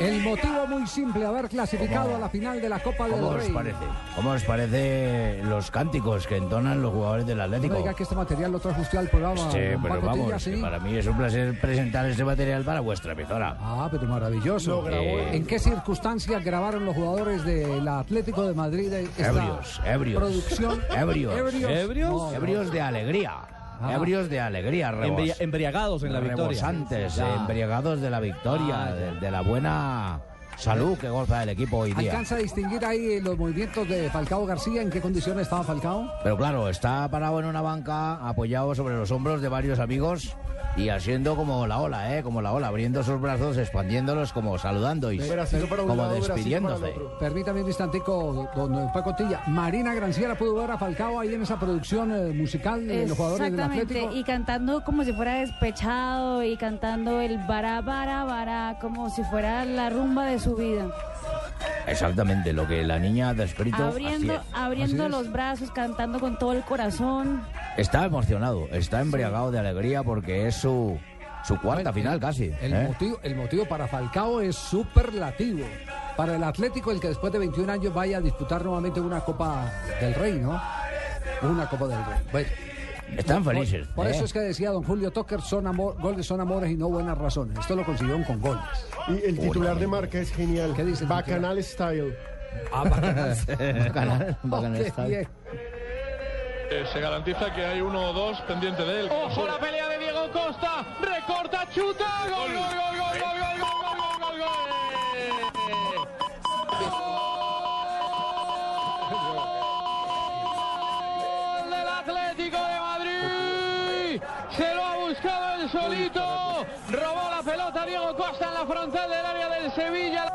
El motivo muy simple, haber clasificado a la final de la Copa del ¿Cómo os Rey. parece? ¿Cómo os parece los cánticos que entonan los jugadores del No diga Atlético? que este material lo trajo usted al programa. Sí, don pero Paco Tilla, vamos, sí. que para mí es un placer presentar este material para vuestra emisora. Ah, pero maravilloso. grabó. ¿En qué circunstancias grabaron los jugadores del Atlético de Madrid esta Ebrios, ebrios. producción? Ebrios. Ebrios. No, Ah. no. Ebrios de alegría. Ebrios de alegría, Embria- rebos, embriagados en la victoria. rebosantes, Ya. embriagados de la victoria, Ah, ya. de, de la buena salud que goza el equipo hoy día. ¿Alcanza a distinguir ahí los movimientos de Falcao García? ¿En qué condiciones estaba Falcao? Pero claro, está parado en una banca, apoyado sobre los hombros de varios amigos y haciendo como la ola, ¿eh? Como la ola, abriendo sus brazos, expandiéndolos, como saludando y como despidiéndose. Permítame un instantico, don Paco Tilla. Marina Granciera pudo ver a Falcao ahí en esa producción eh, musical de los jugadores del Exactamente, Atlético. y cantando como si fuera despechado y cantando el bara, bara, bara, como si fuera la rumba de su vida. Exactamente, lo que la niña ha descrito. así Abriendo, es. abriendo Así es. los brazos, cantando con todo el corazón. Está emocionado, está embriagado de alegría porque es su, su cuarta final casi. El, ¿eh? motivo, el motivo para Falcao es superlativo. Para el Atlético, el que después de 21 años vaya a disputar nuevamente una Copa del Rey, ¿no? Una Copa del Rey. Bueno, Están por- felices. Por, ¿eh? eso es que decía don Julio Tocker, son amor, goles son amores y no buenas razones. Esto lo consiguieron con goles. Y el titular de marca es genial. ¿Qué dice el Bacanal Style. Ah, bacán. Va a ganar, va a ganar Qué esta vez. bien. Eh, Se garantiza que hay uno o dos pendiente de él. ¡Ojo la pelea de Diego Costa! ¡Recorta, chuta! ¡Gol, gol, gol, gol, gol, gol, gol, gol, gol, gol, gol! ¡Gol del Atlético de Madrid! Se lo ha buscado el solito. Robó la pelota Diego Costa en la frontal del área del Sevilla.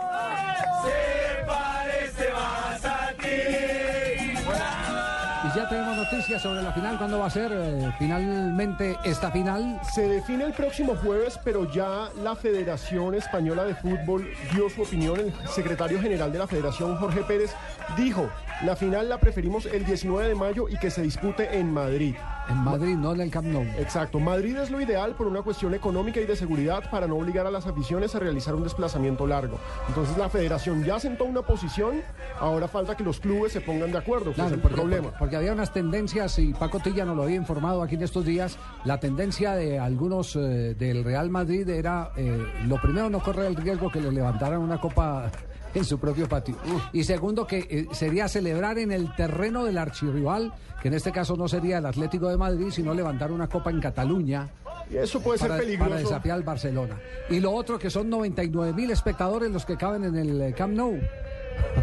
Y ya tenemos noticias sobre la final, cuándo va a ser eh, finalmente esta final. Se define el próximo jueves, pero ya la Federación Española de Fútbol dio su opinión. El secretario general de la Federación, Jorge Pérez, dijo, la final la preferimos el 19 de mayo y que se dispute en Madrid. En Madrid, no en el Camp Nou. Exacto, Madrid es lo ideal por una cuestión económica y de seguridad para no obligar a las aficiones a realizar un desplazamiento largo. Entonces la federación ya sentó una posición, ahora falta que los clubes se pongan de acuerdo, que Claro, es el porque, problema. porque- porque había unas tendencias, y Paco Tilla nos lo había informado aquí en estos días, la tendencia de algunos eh, del Real Madrid era, eh, lo primero, no correr el riesgo que le levantaran una copa en su propio patio. Y segundo, que eh, sería celebrar en el terreno del archirrival, que en este caso no sería el Atlético de Madrid, sino levantar una copa en Cataluña. Y eso puede ser para, peligroso. para desafiar al Barcelona. Y lo otro que son 99 mil espectadores los que caben en el eh, Camp Nou.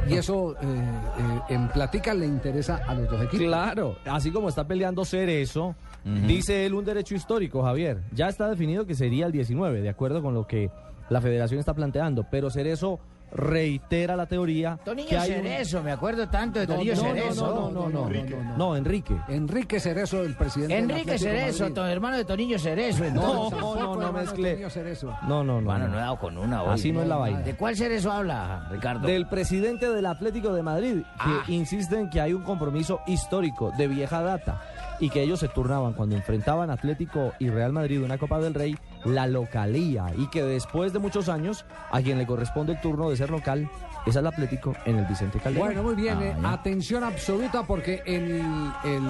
Y eso eh, eh, en platica le interesa a los dos equipos. Claro, así como está peleando Cerezo, dice él un derecho histórico, Javier. Ya está definido que sería el 19, de acuerdo con lo que la federación está planteando, pero Cerezo reitera la teoría que Toninho hay un- Cerezo, me acuerdo tanto de Toninho no, no, Cerezo. no, no, no, Enrique. no, no, no. No, Enrique. Enrique Cerezo, el presidente. del Enrique Atlético de Cerezo, Madrid. to- hermano de Toninho Cerezo. No, entonces. no, no, no mezcle. mezcle. Cerezo. No, no, no. Bueno, no. no he dado con una hoy. Así Ah, no es la vaina. ¿De cuál Cerezo habla, Ricardo? Del presidente del Atlético de Madrid, que Ah. insiste en que hay un compromiso histórico de vieja data y que ellos se turnaban cuando enfrentaban Atlético y Real Madrid una Copa del Rey, la localía y que después de muchos años a quien le corresponde el turno de ser local es al Atlético en el Vicente Calderón. Bueno, muy bien. eh, Ah, ya. atención absoluta porque el, el,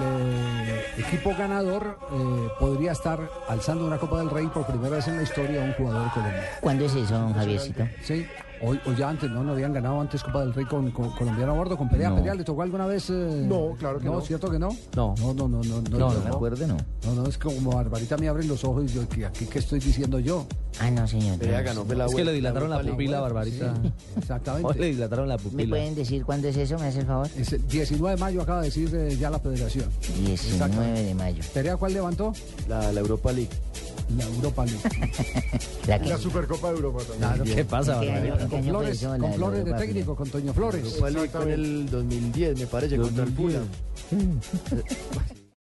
eh, equipo ganador eh, podría estar alzando una Copa del Rey por primera vez en la historia a un jugador colombiano. ¿Cuándo es eso, don Javiercito? Sí, Hoy, hoy ya antes, ¿no? No habían ganado antes Copa del Rey con, con- colombiano a bordo, con Perea. No. ¿Perea le tocó alguna vez? eh? No, claro que no. ¿cierto que no? No. No, no, no, no. No, No, no. no me acuerdo, no. No, no, es que como Barbarita me abre los ojos y yo, ¿qué, qué, qué estoy diciendo yo? Ah, Ah, no, señor. Es que le dilataron la pupila a Barbarita. Hoy le Exactamente. dilataron la ¿Me pupila. pueden decir cuándo es eso? ¿Me hace el favor? Es el 19 de mayo acaba de decir eh, ya la federación. 19 de mayo. ¿Perea cuál levantó? La, la Europa League. La Europa League. La Y que... la Supercopa de Europa también. Claro. ¿Qué pasa, ¿En qué año? Barbarita? ¿En qué Con año fue Flores, eso? con La Flores de Europa, técnico, con Toño Flores. Europa League fue en el 2010, me parece, contra el Fulham.